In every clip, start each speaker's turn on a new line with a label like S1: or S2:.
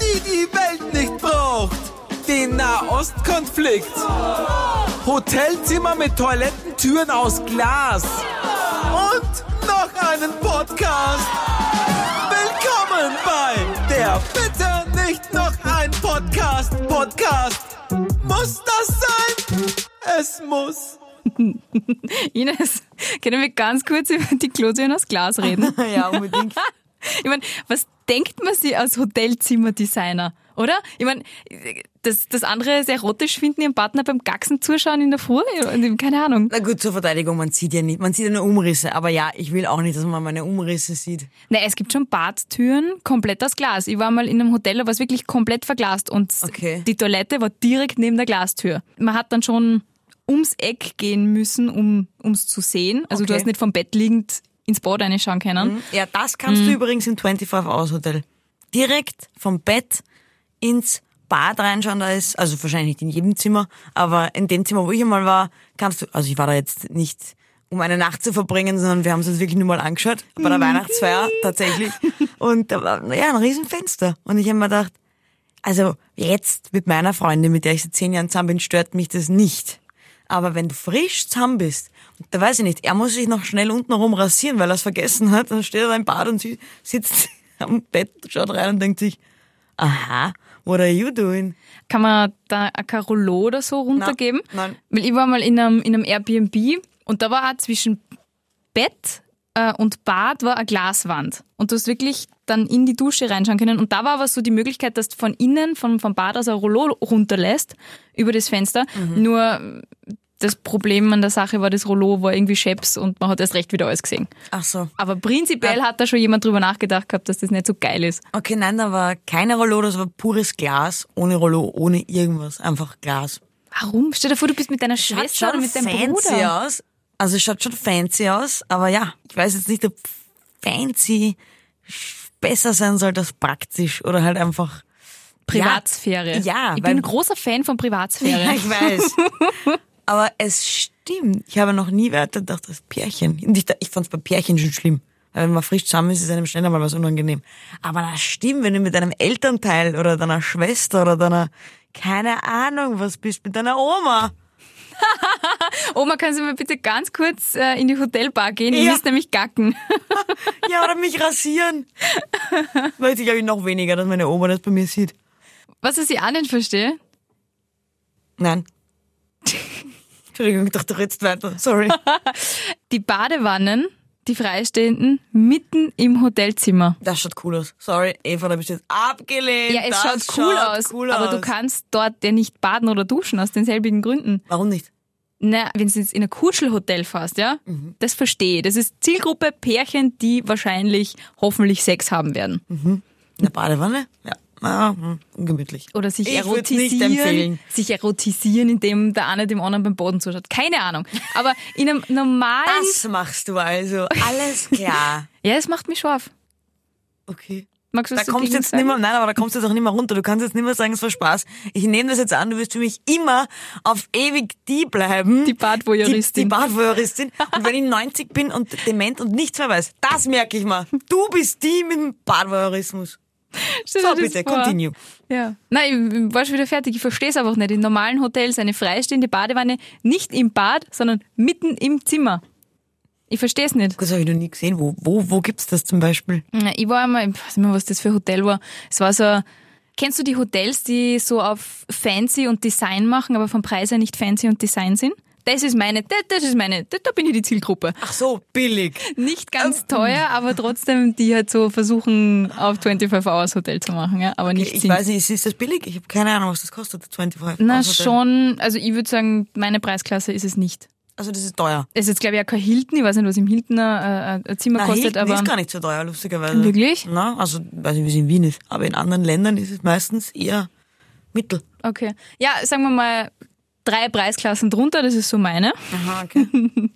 S1: die die Welt nicht braucht. Den Nahostkonflikt. Hotelzimmer mit Toilettentüren aus Glas. Und noch einen Podcast. Willkommen bei der Bitte nicht noch ein Podcast. Podcast. Muss das sein? Es muss.
S2: Ines, können wir ganz kurz über die Klotüren aus Glas reden?
S3: Ja, unbedingt.
S2: Ich meine, was denkt man sich als Hotelzimmerdesigner, oder? Ich meine, das, das andere ist erotisch finden, ihren Partner beim Gaxen zuschauen in der Früh? Und eben, Keine Ahnung.
S3: Na gut, zur Verteidigung, man sieht ja nicht, man sieht ja nur Umrisse. Aber ja, ich will auch nicht, dass man meine Umrisse sieht.
S2: Nein, es gibt schon Badtüren komplett aus Glas. Ich war mal in einem Hotel, da war es wirklich komplett verglast und s-
S3: Okay.
S2: die Toilette war direkt neben der Glastür. Man hat dann schon ums Eck gehen müssen, um ums zu sehen. Also du
S3: Okay. Mhm.
S2: hast nicht vom Bett liegend ins Bad reinschauen können.
S3: Ja, das kannst du übrigens im 25 Hours Hotel. Direkt vom Bett ins Bad reinschauen, da ist, also wahrscheinlich nicht in jedem Zimmer, aber in dem Zimmer, wo ich einmal war, kannst du, also ich war da jetzt nicht, um eine Nacht zu verbringen, sondern wir haben es uns wirklich nur mal angeschaut, bei der Weihnachtsfeier tatsächlich. Und da war, ja, ein Riesenfenster. Und ich habe mir gedacht, also jetzt mit meiner Freundin, mit der ich seit zehn Jahren zusammen bin, stört mich das nicht. Aber wenn du frisch zusammen bist, da weiß ich nicht, er muss sich noch schnell unten herum rasieren, weil er es vergessen hat, dann steht er da im Bad und sie sitzt am Bett, schaut rein und denkt sich, aha, what are you doing?
S2: Kann man da ein Karolo oder so runtergeben?
S3: nein.
S2: Weil ich war mal in einem, in einem Airbnb und da war auch zwischen Bett äh, und Bad war eine Glaswand. Und du hast wirklich dann in die Dusche reinschauen können. Und da war aber so die Möglichkeit, dass du von innen, vom, vom Bad aus ein Rollo runterlässt über das Fenster. Nur äh, das Problem an der Sache war, das Rollo war irgendwie scheps und man hat erst recht wieder alles gesehen.
S3: Ach so.
S2: Aber prinzipiell hat da schon jemand drüber nachgedacht gehabt, dass das nicht so geil ist.
S3: Okay, nein, da war keine Rollo, das war pures Glas, ohne Rollo, ohne irgendwas, einfach Glas.
S2: Warum? Stell dir vor, du bist mit deiner Schwester oder mit deinem
S3: fancy
S2: Bruder.
S3: aus. Also es schaut schon fancy aus, aber ja, ich weiß jetzt nicht, ob fancy besser sein soll als praktisch oder halt einfach
S2: Privatsphäre.
S3: Ja,
S2: ich
S3: weil-
S2: bin ein großer Fan von Privatsphäre.
S3: Ja, ich weiß. aber es stimmt. Ich habe noch nie Werte gedacht, das Pärchen. Und ich, ich fand es bei Pärchen schon schlimm. Weil wenn man frisch zusammen ist, ist einem schneller mal was unangenehm. Aber das stimmt, wenn du mit deinem Elternteil oder deiner Schwester oder deiner, keine Ahnung, was bist, mit deiner Oma.
S2: Oma, können Sie mal bitte ganz kurz äh, in die Hotelbar gehen? Ich
S3: Ja.
S2: muss nämlich gacken.
S3: Ja, oder mich rasieren. Möchte ich, glaube ich, noch weniger, dass meine Oma das bei mir sieht.
S2: Was ich auch nicht verstehe,
S3: Nein. Entschuldigung, ich dachte, du redest weiter. Sorry.
S2: die Badewannen, die freistehenden, mitten im Hotelzimmer.
S3: Das schaut cool aus. Sorry, Eva, da bist du jetzt abgelehnt.
S2: Ja, es
S3: das
S2: schaut cool aus,
S3: cool
S2: aber du
S3: aus.
S2: kannst dort ja nicht baden oder duschen, aus denselben Gründen.
S3: Warum nicht?
S2: Na, wenn du jetzt in ein Kuschelhotel fährst, ja,
S3: Mhm.
S2: das verstehe ich. Das ist Zielgruppe Pärchen, die wahrscheinlich, hoffentlich Sex haben werden.
S3: In der Badewanne? Ja. Ah, hm, ungemütlich.
S2: Oder sich
S3: Ich würd's
S2: erotisieren.
S3: nicht empfehlen.
S2: Sich erotisieren, indem der eine dem anderen beim Boden zuschaut. Keine Ahnung. Aber in einem normalen.
S3: Das machst du also. Alles klar.
S2: Ja, es macht mich scharf.
S3: Okay.
S2: Magst du
S3: Da
S2: es
S3: kommst du jetzt nicht mehr, nein, aber da kommst du jetzt auch nicht mehr runter. Du kannst jetzt nicht mehr sagen, es war Spaß. Ich nehme das jetzt an, du wirst für mich immer auf ewig die bleiben.
S2: Die Badvoyeuristin.
S3: Die, die Badvoyeuristin. Und wenn ich 90 bin und dement und nichts mehr weiß, das merke ich mal. Du bist die mit dem Badvoyeurismus.
S2: Stell dir
S3: So,
S2: das
S3: bitte,
S2: vor.
S3: continue.
S2: Ja. Nein, ich war schon wieder fertig. Ich verstehe es einfach nicht. In normalen Hotels eine freistehende Badewanne nicht im Bad, sondern mitten im Zimmer. Ich verstehe es nicht.
S3: Das habe ich noch nie gesehen. Wo, wo, wo gibt's das zum Beispiel?
S2: Na, Ich war einmal, ich weiß nicht mehr, was das für ein Hotel war. Es war so, ein- kennst du die Hotels, die so auf fancy und Design machen, aber vom Preis her nicht fancy und Design sind? Das ist meine, das, das ist meine, da, da bin ich die Zielgruppe.
S3: Ach so, billig.
S2: Nicht ganz
S3: Ähm.
S2: teuer, aber trotzdem, die halt so versuchen, auf 25 Hours Hotel zu machen, ja, aber nicht
S3: Ich
S2: sind.
S3: weiß nicht, ist- ist das billig? Ich habe keine Ahnung, was das kostet, 25.
S2: Na
S3: Außer der-
S2: schon, also ich würde sagen, meine Preisklasse ist es nicht.
S3: Also das ist teuer.
S2: Es ist jetzt, glaube ich, auch kein Hilton, ich weiß nicht, was im Hilton ein, ein Zimmer
S3: Na,
S2: kostet,
S3: Hilton
S2: aber
S3: ist gar nicht so teuer, lustigerweise.
S2: Wirklich?
S3: Na, also, weiß nicht, wie es in Wien ist. Aber in anderen Ländern ist es meistens eher mittel.
S2: okay. Ja, sagen wir mal, drei Preisklassen drunter, das ist so meine.
S3: Aha, okay.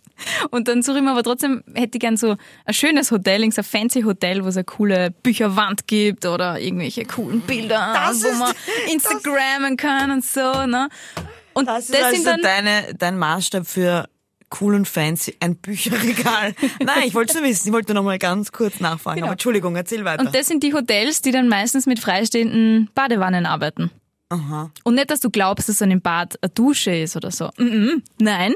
S2: Und dann suche ich mir aber trotzdem, hätte ich gern so ein schönes Hotel, irgend so ein fancy Hotel, wo es eine coole Bücherwand gibt oder irgendwelche coolen Bilder,
S3: Das
S2: wo
S3: ist-
S2: man Instagrammen kann und so, ne? Und das,
S3: Das ist also
S2: sind dann,
S3: deine, dein Maßstab für cool und fancy ein Bücherregal. Nein, ich wollte es nur wissen. Ich wollte nur noch mal ganz kurz nachfragen.
S2: Genau.
S3: Aber Entschuldigung, erzähl weiter.
S2: Und das sind die Hotels, die dann meistens mit freistehenden Badewannen arbeiten.
S3: Aha.
S2: Und nicht, dass du glaubst, dass an dem Bad eine Dusche ist oder so. Mhm. Nein.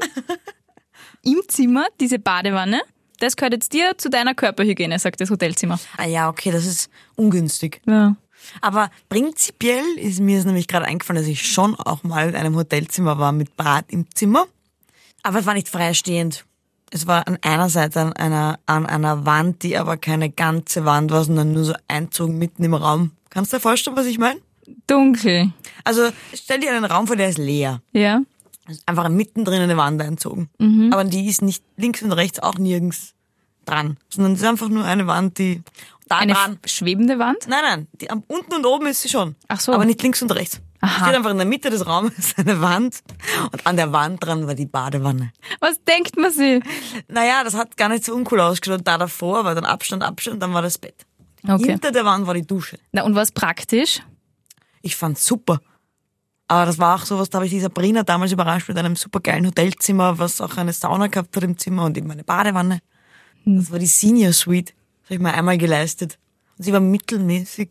S2: Im Zimmer diese Badewanne, das gehört jetzt dir zu deiner Körperhygiene, sagt das Hotelzimmer.
S3: Ah ja, okay, das ist ungünstig.
S2: Ja.
S3: Aber prinzipiell ist mir es nämlich gerade eingefallen, dass ich schon auch mal in einem Hotelzimmer war mit Bad im Zimmer. Aber es war nicht freistehend. Es war an einer Seite an einer, an einer Wand, die aber keine ganze Wand war, sondern nur so Einzug mitten im Raum. Kannst du dir vorstellen, was ich meine?
S2: Dunkel.
S3: Also stell dir einen Raum vor, der ist leer.
S2: Ja.
S3: Also einfach mittendrin eine Wand einzogen. Aber die ist nicht links und rechts auch nirgends dran, sondern es ist einfach nur eine Wand, die da
S2: Eine
S3: dran.
S2: f- schwebende Wand?
S3: Nein, nein, die, am, unten und oben ist sie schon.
S2: Ach so.
S3: Aber nicht links und rechts.
S2: Aha.
S3: Steht einfach in der Mitte des Raumes eine Wand und an der Wand dran war die Badewanne.
S2: Was denkt man sich?
S3: Naja, das hat gar nicht so uncool ausgeschaut. Da davor war dann Abstand, Abstand und dann war das Bett.
S2: Okay.
S3: Hinter der Wand war die Dusche.
S2: Na, und was praktisch?
S3: Ich fand's super. Aber das war auch sowas, da habe ich die Sabrina damals überrascht mit einem supergeilen Hotelzimmer, was auch eine Sauna gehabt hat im Zimmer und eben eine Badewanne.
S2: Hm.
S3: Das war die Senior Suite. Das habe ich mir einmal geleistet. Und sie war mittelmäßig.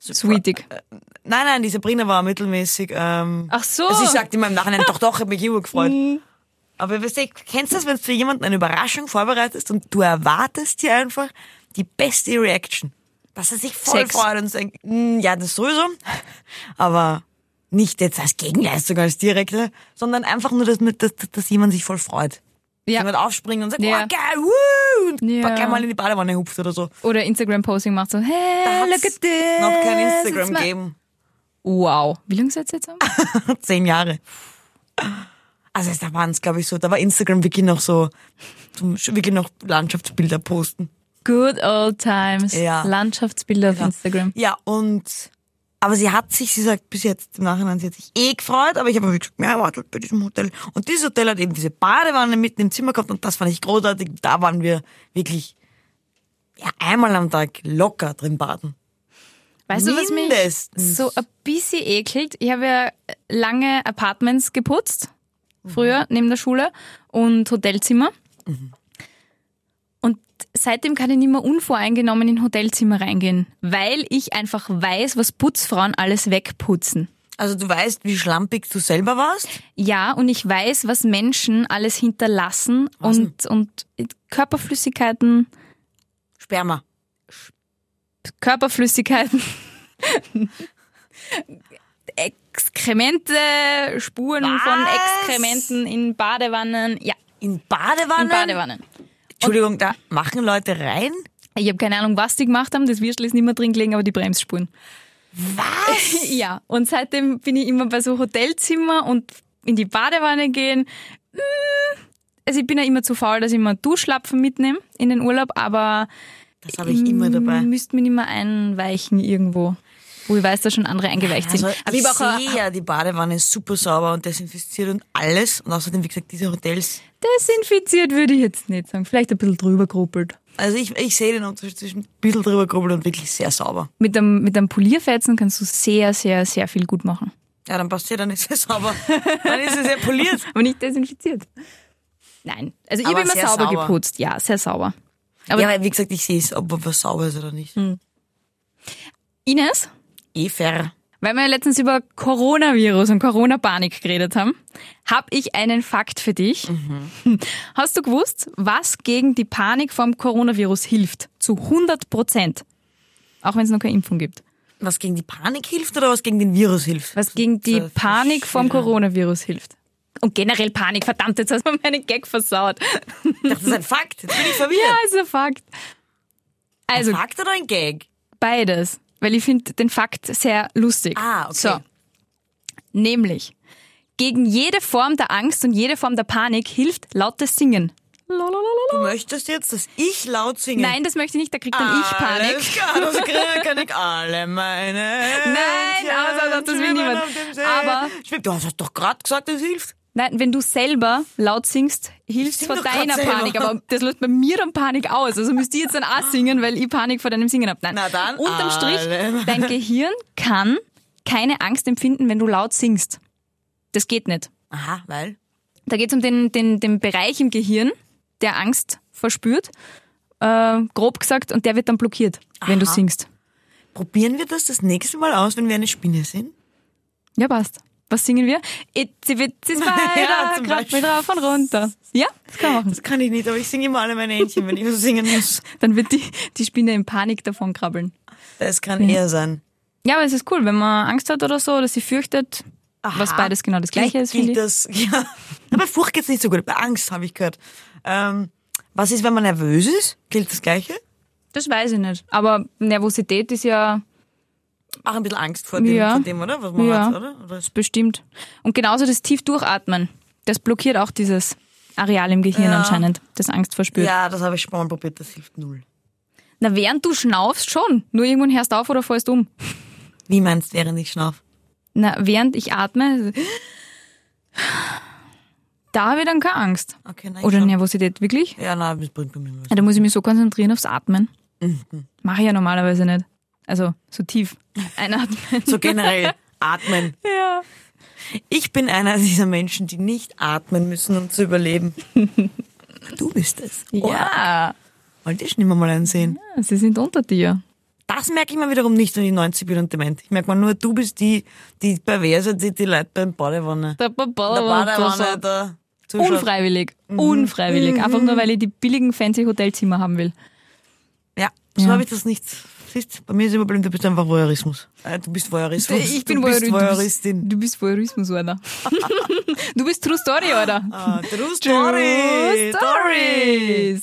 S2: Sweetig.
S3: Nein, nein, die Sabrina war mittelmäßig. Ähm,
S2: Ach so. Mhm.
S3: Also ich sagte immer im Nachhinein, doch, doch, ich hab mich immer gefreut. Aber weißt du, kennst du das, wenn du für jemanden eine Überraschung vorbereitest und du erwartest dir einfach die beste Reaction? Dass er sich voll
S2: Sex.
S3: freut und denkt, "Mm, ja, das sowieso. Aber nicht jetzt als Gegenleistung, als direkte, sondern einfach nur, dass, mit- dass, dass jemand sich voll freut.
S2: ja.
S3: Jemand aufspringt und sagt,
S2: Ja.
S3: oh geil, wuh, und
S2: Ja.
S3: gleich mal in die Badewanne hupft oder so.
S2: Oder Instagram-Posting macht so, hey,
S3: hat's
S2: Ah, look at this.
S3: Noch kein
S2: it's my-
S3: Instagram Ah. geben.
S2: Wow. Wie lange seid ihr jetzt am?
S3: zehn Jahre. Also da waren es, glaube ich, so, da war Instagram wirklich noch so, zum, wirklich noch Landschaftsbilder posten.
S2: Good old times.
S3: Ja.
S2: Landschaftsbilder auf Instagram.
S3: Ja, und, aber sie hat sich, sie sagt bis jetzt im Nachhinein, sie hat sich eh gefreut, aber ich habe mir gesagt, mehr erwartet bei diesem Hotel. Und dieses Hotel hat eben diese Badewanne mitten im Zimmer gehabt und das fand ich großartig. Da waren wir wirklich ja, einmal am Tag locker drin baden.
S2: Weißt du, was mich
S3: Mindestens.
S2: so ein bisschen ekelt? Ich habe ja lange Apartments geputzt, früher neben der Schule und Hotelzimmer. Und seitdem kann ich nicht mehr unvoreingenommen in Hotelzimmer reingehen, weil ich einfach weiß, was Putzfrauen alles wegputzen.
S3: Also du weißt, wie schlampig du selber warst.
S2: Ja, und ich weiß, was Menschen alles hinterlassen und, und Körperflüssigkeiten,
S3: Sperma.
S2: Körperflüssigkeiten, Exkremente, Spuren von
S3: Was?
S2: Exkrementen in Badewannen. Ja,
S3: In Badewanne?
S2: in Badewannen.
S3: Entschuldigung, da machen Leute rein?
S2: Ich habe keine Ahnung, was die gemacht haben. Das Würstel ist nicht mehr drin gelegen, aber die Bremsspuren.
S3: Was?
S2: Ja, und seitdem bin ich immer bei so Hotelzimmer und in die Badewanne gehen. Mm, Also ich bin ja immer zu faul, dass ich immer Duschlapfen mitnehme in den Urlaub, aber
S3: Das habe ich immer dabei.
S2: müsste mich nicht mehr einweichen irgendwo. Wo ich weiß, dass schon andere eingeweicht sind.
S3: Also,
S2: Aber
S3: ich
S2: ich hab auch
S3: sehe ja, die Badewanne ist super sauber und desinfiziert und alles. Und außerdem, wie gesagt, diese Hotels.
S2: Desinfiziert würde ich jetzt nicht sagen. Vielleicht ein bisschen drüber geruppelt.
S3: Also ich, ich sehe den Unterschied zwischen ein bisschen drüber grubbeln und wirklich sehr sauber.
S2: Mit einem, mit einem Polierfetzen kannst du sehr, sehr, sehr viel gut machen.
S3: Ja, dann passt ja, dann ist es sauber. dann ist es ja poliert.
S2: Aber nicht desinfiziert. Nein. Also ich
S3: Aber
S2: habe immer
S3: sehr
S2: sauber,
S3: sauber.
S2: geputzt. Ja, sehr sauber.
S3: ja, weil wie gesagt, ich sehe es, ob was sauber ist oder nicht.
S2: Hm. Ines,
S3: Eh fair.
S2: weil wir ja letztens über Coronavirus und Corona-Panik geredet haben, habe ich einen Fakt für dich.
S3: Mhm.
S2: Hast du gewusst, was gegen die Panik vom Coronavirus hilft? Zu 100 Prozent. Auch wenn es noch keine Impfung gibt.
S3: Was gegen die Panik hilft oder was gegen den Virus hilft?
S2: Was gegen die
S3: Ver-
S2: Panik vom
S3: verschiedene-
S2: Coronavirus hilft. Und generell Panik, verdammt, jetzt hast du meinen Gag versaut.
S3: Ich dachte, das ist ein Fakt. Jetzt bin ich verwirrt.
S2: Ja, ist ein Fakt. Also
S3: Fakt oder ein Gag?
S2: beides, weil ich finde den Fakt sehr lustig.
S3: Ah, okay.
S2: So. Nämlich, gegen jede Form der Angst und jede Form der Panik hilft lautes Singen.
S3: Du möchtest jetzt, dass ich laut singe?
S2: Nein, das möchte ich nicht, da kriegt dann ich Panik.
S3: Alles klar, das kriege kann ich alle meine.
S2: Nein, also, das will
S3: schwimmen
S2: niemand.
S3: auf dem See.
S2: Aber-
S3: Schwimmen- du hast doch gerade gesagt, das hilft.
S2: Nein, wenn du selber laut singst,
S3: Ich
S2: hilft
S3: sing
S2: vor
S3: doch grad
S2: deiner
S3: selber.
S2: Panik. Aber das löst bei mir dann Panik aus. Also müsst ihr jetzt dann auch singen, weil ich Panik vor deinem Singen habe. Nein,
S3: Na dann,
S2: unterm Strich,
S3: alle.
S2: dein Gehirn kann keine Angst empfinden, wenn du laut singst. Das geht nicht.
S3: Aha, weil?
S2: Da geht es um den, den, den Bereich im Gehirn, der Angst verspürt, äh, grob gesagt, und der wird dann blockiert, wenn du
S3: Aha.
S2: singst.
S3: Probieren wir das das nächste Mal aus, wenn wir eine Spinne sind?
S2: Ja, passt. Was singen wir? Itzi bitzi
S3: Ja,
S2: Spider,
S3: zum
S2: grad
S3: Beispiel.
S2: mit rauf und runter. Ja, das kann man machen.
S3: Das kann ich nicht, aber ich singe immer alle meine Händchen, wenn ich was singen muss.
S2: Dann wird die, die Spinne in Panik davon krabbeln.
S3: Das kann eher sein.
S2: Ja, aber es ist cool, wenn man Angst hat oder so, oder sie fürchtet, was beides genau das gleiche ist,
S3: Gilt
S2: finde ich.
S3: das, ja. Na, Bei Furcht geht's nicht so gut, bei Angst habe ich gehört. Ähm, was ist, wenn man nervös ist? Gilt das Gleiche?
S2: Das weiß ich nicht. Aber Nervosität ist ja
S3: Auch ein bisschen Angst vor dem,
S2: Ja.
S3: vor dem oder? Was man
S2: Ja.
S3: hat, oder? oder
S2: bestimmt. Und genauso das tief durchatmen, das blockiert auch dieses Areal im Gehirn
S3: Ja.
S2: anscheinend, das Angst verspürt.
S3: ja, das habe ich schon mal probiert, das hilft null.
S2: Na, während du schnaufst schon, nur irgendwann hörst du auf oder fällst um.
S3: Wie meinst du, während ich schnauf?
S2: Na, während ich atme, da habe ich dann keine Angst.
S3: Okay, nein. Ah, ich
S2: Oder ne-
S3: schnauf-
S2: Nervosität, wirklich?
S3: Ja, nein, das bringt bei mir was.
S2: Ja, da muss ich mich so konzentrieren aufs Atmen.
S3: Mhm.
S2: Mache ich ja normalerweise nicht. Also so tief einatmen.
S3: So generell atmen.
S2: ja.
S3: Ich bin einer dieser Menschen, die nicht atmen müssen, um zu überleben. Du bist es.
S2: Ja.
S3: Oh, wollte ich schon immer mal einsehen.
S2: Sie sind unter dir.
S3: Das merke ich mir wiederum nicht, wenn ich 90 bin und dement. Ich merke mal nur, du bist die, die Perverse, die die Leute beim Badewanne.
S2: Der
S3: Badewanne da Mhm. zuschaut.
S2: Unfreiwillig. Unfreiwillig. Einfach nur, weil ich die billigen fancy Hotelzimmer haben will.
S3: Ja, so
S2: Ja.
S3: habe ich das nicht. Siehst, bei mir ist überblieben, du bist einfach Voyeurismus. Äh, du bist Voyeurismus. du
S2: Voyeur-
S3: bist Voyeuristin.
S2: Du bist Voyeurismus, Alter. du bist True Story, Alter.
S3: Ah, True
S2: True
S3: Story. Story.
S2: Stories.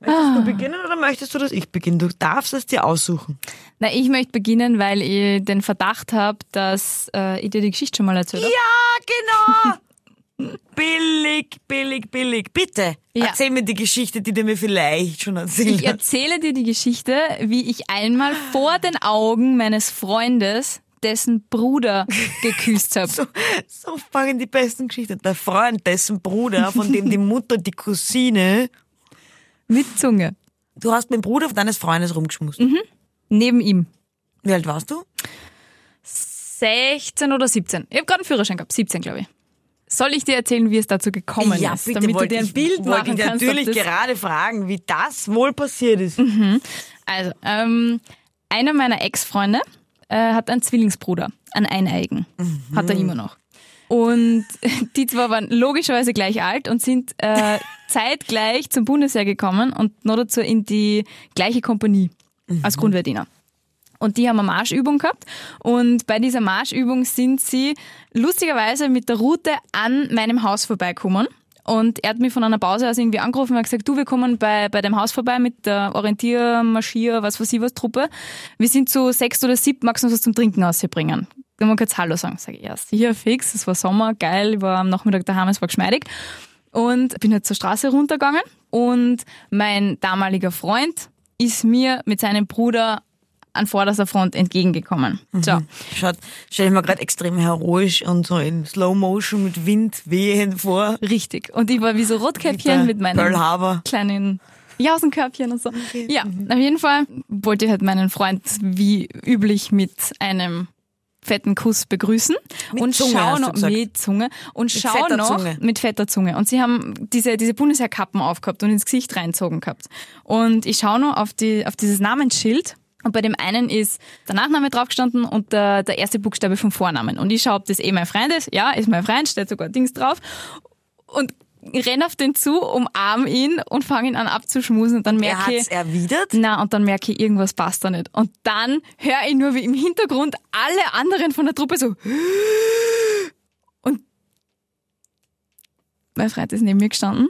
S3: Möchtest
S2: Ah.
S3: du beginnen oder möchtest du, dass ich beginne? Du darfst es dir aussuchen.
S2: Na, ich möchte beginnen, weil ich den Verdacht habe, dass äh, ich dir die Geschichte schon mal erzählt habe.
S3: Ja, genau. billig, billig, billig. Bitte,
S2: Ja.
S3: erzähl mir die Geschichte, die du mir vielleicht schon erzählt
S2: Ich
S3: hast.
S2: erzähle dir die Geschichte, wie ich einmal vor den Augen meines Freundes dessen Bruder geküsst habe.
S3: So, so fangen die besten Geschichten. Der Freund, dessen Bruder, von dem die Mutter, die Cousine.
S2: Mit Zunge.
S3: Du hast mit dem Bruder deines Freundes rumgeschmust.
S2: Mhm. Neben ihm.
S3: Wie alt warst du?
S2: 16 oder 17. Ich habe gerade einen Führerschein gehabt. 17, glaube ich. Soll ich dir erzählen, wie es dazu gekommen ist, Oh damit du
S3: wollte
S2: dir ein
S3: ich-
S2: Bild
S3: wollte
S2: machen
S3: ich
S2: kannst? ob
S3: natürlich
S2: das- Mhm.
S3: gerade fragen, wie das wohl passiert ist.
S2: Also, ähm, einer meiner Ex-Freunde äh, hat einen Zwillingsbruder, einen Eineigen. Hat er immer noch. Und die zwei waren logischerweise gleich alt und sind äh, zeitgleich zum Bundesheer gekommen und noch dazu in die gleiche Kompanie als Grundwehrdiener. Und die haben eine Marschübung gehabt. Und bei dieser Marschübung sind sie lustigerweise mit der Route an meinem Haus vorbeikommen. Und er hat mich von einer Pause aus irgendwie angerufen und hat gesagt, du, wir kommen bei, bei dem Haus vorbei mit der Orientier, Marschier, was weiß ich was, Truppe. Wir sind zu sechs oder sieben, magst du uns was zum Trinken rausbringen? Dann muss ich jetzt Hallo sagen. Sag ich, ja, sicher, fix, es war Sommer, geil, ich war am Nachmittag daheim, es war geschmeidig und bin halt zur Straße runtergegangen und mein damaliger Freund ist mir mit seinem Bruder an vorderster Front entgegengekommen. So,
S3: Schaut, stell ich mir gerade extrem heroisch und so in Slow Motion mit Wind wehen vor.
S2: richtig. Und ich war wie so Rotkäppchen
S3: Bei
S2: mit meinem
S3: Pearl Harbor.
S2: kleinen Jausenkörbchen und so. Ja,
S3: Mhm.
S2: auf jeden Fall wollte ich halt meinen Freund wie üblich mit einem fetten Kuss begrüßen
S3: Mit
S2: und
S3: Zunge,
S2: schau
S3: hast du
S2: noch
S3: gesagt.
S2: mit Zunge und schau
S3: fetter
S2: noch
S3: Zunge.
S2: mit fetter Zunge und sie haben diese diese Bundesheerkappen aufgehabt und ins Gesicht reinzogen gehabt und ich schaue noch auf die auf dieses Namensschild und bei dem einen ist der Nachname draufgestanden und der, der erste Buchstabe vom Vornamen und ich schaue ob das eh mein Freund ist ja ist mein Freund steht sogar Dings drauf und renn auf den zu, umarm ihn und fange ihn an abzuschmusen und dann
S3: Er
S2: merke
S3: hat's
S2: ich,
S3: erwidert.
S2: na und dann merke ich, irgendwas passt da nicht. Und dann höre ich nur, wie im Hintergrund alle anderen von der Truppe so und mein Freund ist neben mir gestanden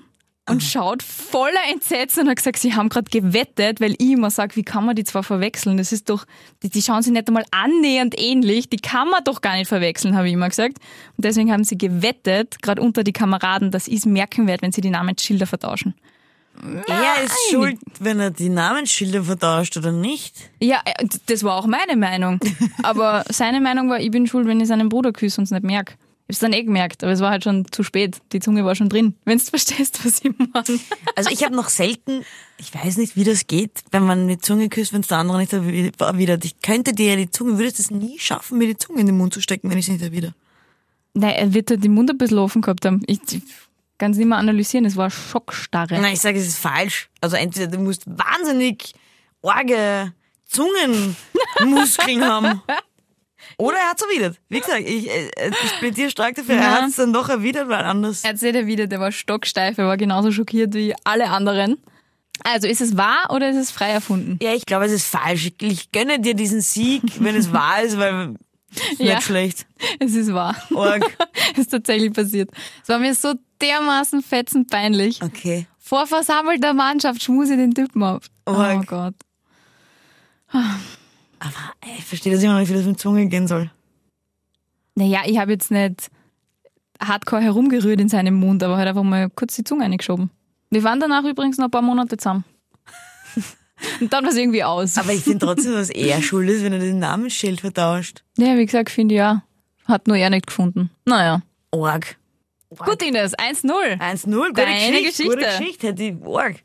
S2: und schaut voller Entsetzen und hat gesagt, sie haben gerade gewettet, weil ich immer sage, wie kann man die zwei verwechseln? Das ist doch, die, die schauen sich nicht einmal annähernd ähnlich, die kann man doch gar nicht verwechseln, habe ich immer gesagt. Und deswegen haben sie gewettet, gerade unter die Kameraden, dass ich es merken werde, wenn sie die Namensschilder vertauschen.
S3: Er ist schuld, wenn er die Namensschilder vertauscht oder nicht.
S2: Ja, äh, d- das war auch meine Meinung. Aber seine Meinung war, ich bin schuld, wenn ich seinen Bruder küsse und es nicht merke. Ich hab's dann eh gemerkt, aber es war halt schon zu spät. Die Zunge war schon drin, wenn du verstehst, was ich meine.
S3: Also ich habe noch selten, ich weiß nicht, wie das geht, wenn man die Zunge küsst, wenn es der andere nicht erwi- erwidert. Ich könnte dir ja die Zunge, würdest es nie schaffen, mir die Zunge in den Mund zu stecken, wenn ich es nicht erwidere.
S2: Nein, er wird halt den Mund ein bisschen offen gehabt haben. Ich kann es nicht mehr analysieren, es war Schockstarre.
S3: Nein, ich sage, es ist falsch. Also entweder du musst wahnsinnig orge Zungenmuskeln haben. Oder er hat's erwidert. Wie gesagt, ich, äh, äh, ich plädiere stark dafür, er
S2: Ja.
S3: hat's dann doch erwidert, weil anders.
S2: Er erzählt er wieder, der war stocksteif, er war genauso schockiert wie alle anderen. Also ist es wahr oder ist es frei erfunden?
S3: Ja, ich glaube, es ist falsch. Ich- Ich gönne dir diesen Sieg, wenn es wahr ist, weil ist
S2: Ja.
S3: nicht schlecht.
S2: Es ist wahr.
S3: Org.
S2: ist tatsächlich passiert. Es war mir so dermaßen fetzend peinlich.
S3: Okay.
S2: Vor versammelter Mannschaft schmuse ich den Typen auf. Oh
S3: Org.
S2: Gott.
S3: Aber ey, ich verstehe das immer noch nicht, wie das mit Zunge gehen soll.
S2: Naja, ich habe jetzt nicht hardcore herumgerührt in seinem Mund, aber halt einfach mal kurz die Zunge eingeschoben. Wir waren danach übrigens noch ein paar Monate zusammen. Und dann war es irgendwie aus.
S3: Aber ich finde trotzdem, dass er schuld ist, wenn er den Namensschild vertauscht.
S2: ja, wie gesagt, finde ich ja. Hat nur er nicht gefunden. Naja.
S3: Org.
S2: Gut, Ines, 1-0.
S3: 1-0, gute
S2: Deine
S3: Geschichte, Gute
S2: Geschichte.
S3: Geschichte, hätte ich org.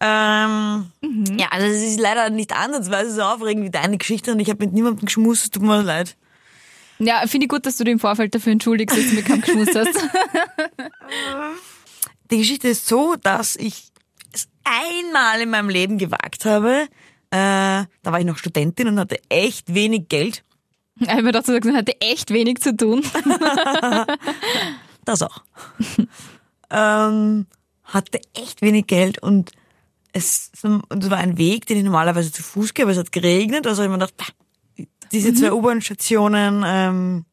S3: Ähm,
S2: Mhm.
S3: Ja, also es ist leider nicht ansatzweise so aufregend wie deine Geschichte und ich habe mit niemandem geschmust, es tut mir leid.
S2: Ja, finde ich gut, dass du dich im Vorfeld dafür entschuldigst, dass du mit keinem geschmust hast.
S3: Die Geschichte ist so, dass ich es einmal in meinem Leben gewagt habe. Äh, da war ich noch Studentin und hatte echt wenig Geld.
S2: Ich habe mir gedacht, du sagst, man hatte echt wenig zu tun.
S3: Das auch. ähm, hatte echt wenig Geld und es, und es war ein Weg, den ich normalerweise zu Fuß gehe, aber es hat geregnet. Also ich mir gedacht, pah, diese zwei U-Bahn-Stationen ähm,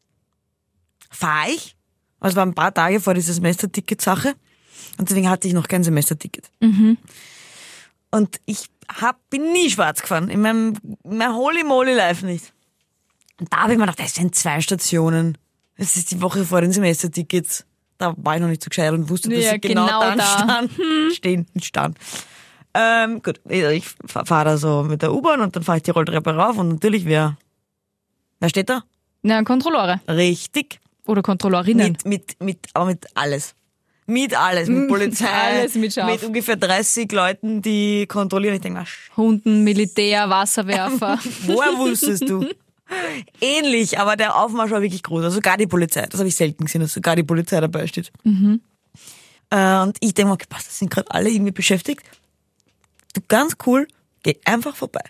S3: fahre ich. Also es war ein paar Tage vor dieser Semesterticket-Sache. Und deswegen hatte ich noch kein Semesterticket.
S2: Mhm.
S3: Und ich hab, bin nie schwarz gefahren. In meinem, in meinem Holy Moly Life nicht. Und da habe ich mir gedacht, das sind zwei Stationen. Das ist die Woche vor den Semestertickets. Da war ich noch nicht so gescheit und wusste, dass
S2: Ja,
S3: sie genau,
S2: genau
S3: dann
S2: da.
S3: stand, stehen, nicht stand. Ähm, gut, also ich fahre da so mit der U-Bahn und dann fahre ich die Rolltreppe rauf und natürlich, wer, wer steht da?
S2: Na, Kontrolleure.
S3: Richtig.
S2: Oder Kontrolleurinnen.
S3: Mit, mit, mit, aber mit alles. Mit alles, mit
S2: Hm, Mit
S3: Polizei,
S2: alles, mit Schaf.
S3: mit ungefähr 30 Leuten, die kontrollieren. Ich denke mir,
S2: Hunden, Militär, Wasserwerfer.
S3: Woher wusstest du? Ähnlich, aber der Aufmarsch war wirklich groß. Also sogar die Polizei. Das habe ich selten gesehen, dass sogar die Polizei dabei steht.
S2: Mhm.
S3: Äh, und ich denke mir, okay, passt, das sind gerade alle irgendwie beschäftigt. Du, ganz cool, geh einfach vorbei.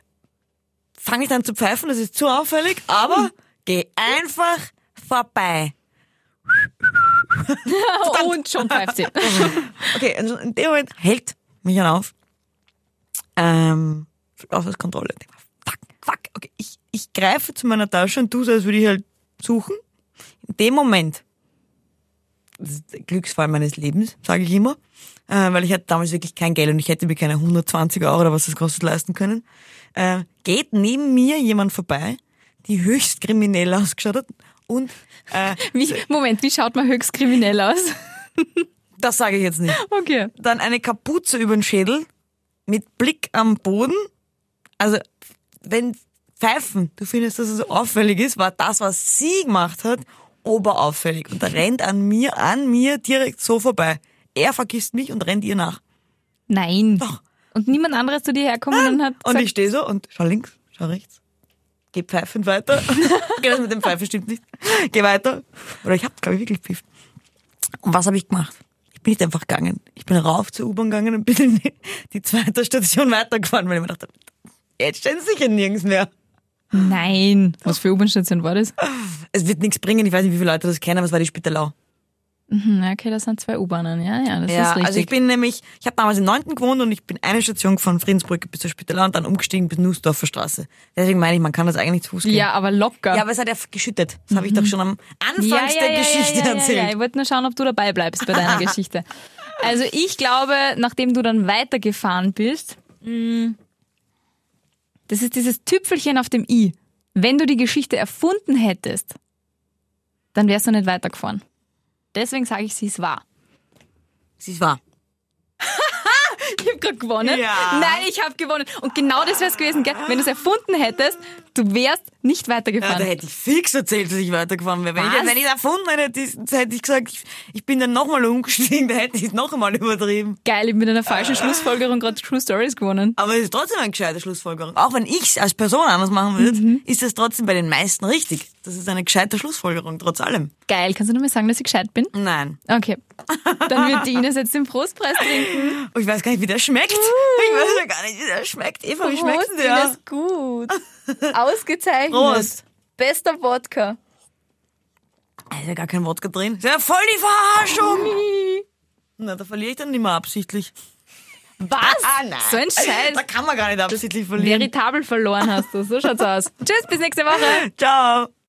S3: Fang nicht an zu pfeifen, das ist zu auffällig,
S2: Hm.
S3: aber geh einfach vorbei.
S2: Und schon pfeift sie.
S3: Okay, also in dem Moment hält mich dann auf. Ähm, Ausweiskontrolle. Ich denk mir, Fuck, fuck. Okay, ich, ich greife zu meiner Tasche und tu so, als würde ich halt suchen. In dem Moment, das ist der Glücksfall meines Lebens, sage ich immer, äh, weil ich hatte damals wirklich kein Geld und ich hätte mir keine 120 Euro oder was das kostet leisten können, äh, geht neben mir jemand vorbei, die höchst kriminell ausgeschaut hat und äh,
S2: Wie, Moment, wie schaut man höchst kriminell aus?
S3: das sage ich jetzt nicht.
S2: Okay.
S3: dann eine Kapuze über den Schädel mit Blick am Boden. Also, wenn Pfeifen, du findest, dass es so auffällig ist, war das, was sie gemacht hat, oberauffällig. Und er rennt an mir, an mir direkt so vorbei. Er vergisst mich und rennt ihr nach.
S2: Nein.
S3: Doch.
S2: Und niemand anderes zu dir herkommen Ah, und hat
S3: Und
S2: gesagt,
S3: ich stehe so und schau links, schau rechts. Geh pfeifend weiter. Geh, das mit dem Pfeifen stimmt nicht. Geh weiter. Oder ich hab, glaube ich, wirklich gepfiffen. Und was habe ich gemacht? Ich bin nicht einfach gegangen. Ich bin rauf zur U-Bahn gegangen und bin in die- die zweite Station weitergefahren, weil ich mir dachte, jetzt stehen sie sicher nirgends mehr.
S2: nein. Was für U-Bahn-Station war das?
S3: Es wird nichts bringen. Ich weiß nicht, wie viele Leute das kennen, aber es war die Spitalau.
S2: Hm, ja, okay, das sind zwei U-Bahnen. Ja, ja, das ist richtig.
S3: also ich bin nämlich, ich habe damals im 9. gewohnt und ich bin eine Station von Friedensbrücke bis zur Spitalau und dann umgestiegen bis Nussdorfer Straße. Deswegen meine ich, man kann das eigentlich zu Fuß gehen.
S2: ja, aber locker.
S3: Ja, aber es hat ja geschüttet. Das habe ich doch schon am Anfang
S2: ja, ja,
S3: der
S2: ja,
S3: Geschichte
S2: ja, ja,
S3: erzählt.
S2: Ja, ja. Ich wollte nur schauen, ob du dabei bleibst bei deiner Geschichte. Also ich glaube, nachdem du dann weitergefahren bist, mm, das ist dieses Tüpfelchen auf dem i. Wenn du die Geschichte erfunden hättest, dann wärst du nicht weitergefahren. Deswegen sage ich, sie ist wahr.
S3: Sie ist wahr.
S2: Ich habe gerade gewonnen.
S3: Ja.
S2: Nein, ich habe gewonnen. Und genau das wäre es gewesen, gell? wenn du es erfunden hättest, Du wärst nicht
S3: Ja,
S2: weitergefahren.
S3: da hätte ich fix erzählt, dass ich weitergefahren wäre. Wenn ich,
S2: Was?
S3: wenn ich es erfunden hätte, diesen- hätte ich gesagt, ich, ich bin dann nochmal umgestiegen, da hätte ich es noch einmal übertrieben.
S2: Geil, ich hab mit einer falschen Schlussfolgerung gerade True Stories gewonnen.
S3: Aber es ist trotzdem eine gescheite Schlussfolgerung. Auch wenn ich es als Person anders machen würde, ist es trotzdem bei den meisten richtig. Das ist eine gescheite Schlussfolgerung, trotz allem.
S2: Geil, kannst du noch mal sagen, dass ich gescheit bin?
S3: Nein.
S2: Okay. Dann wird die Ines jetzt den Prostpreis trinken.
S3: Und Oh, ich weiß gar nicht, wie der schmeckt. Ich weiß ja gar nicht, wie der schmeckt. Eva, Uh. Oh, wie schmeckt denn
S2: Prost,
S3: der?
S2: Ines, gut. Ausgezeichnet.
S3: Prost.
S2: Bester Wodka.
S3: Da ist ja gar kein Wodka drin. Das ist ja voll die Verarschung. Na, da verliere ich dann nicht mehr absichtlich.
S2: Was? So ein
S3: Da
S2: Scheiß.
S3: kann man gar nicht absichtlich verlieren.
S2: Veritabel verloren hast du. So schaut's aus. Tschüss, bis nächste Woche.
S3: Ciao.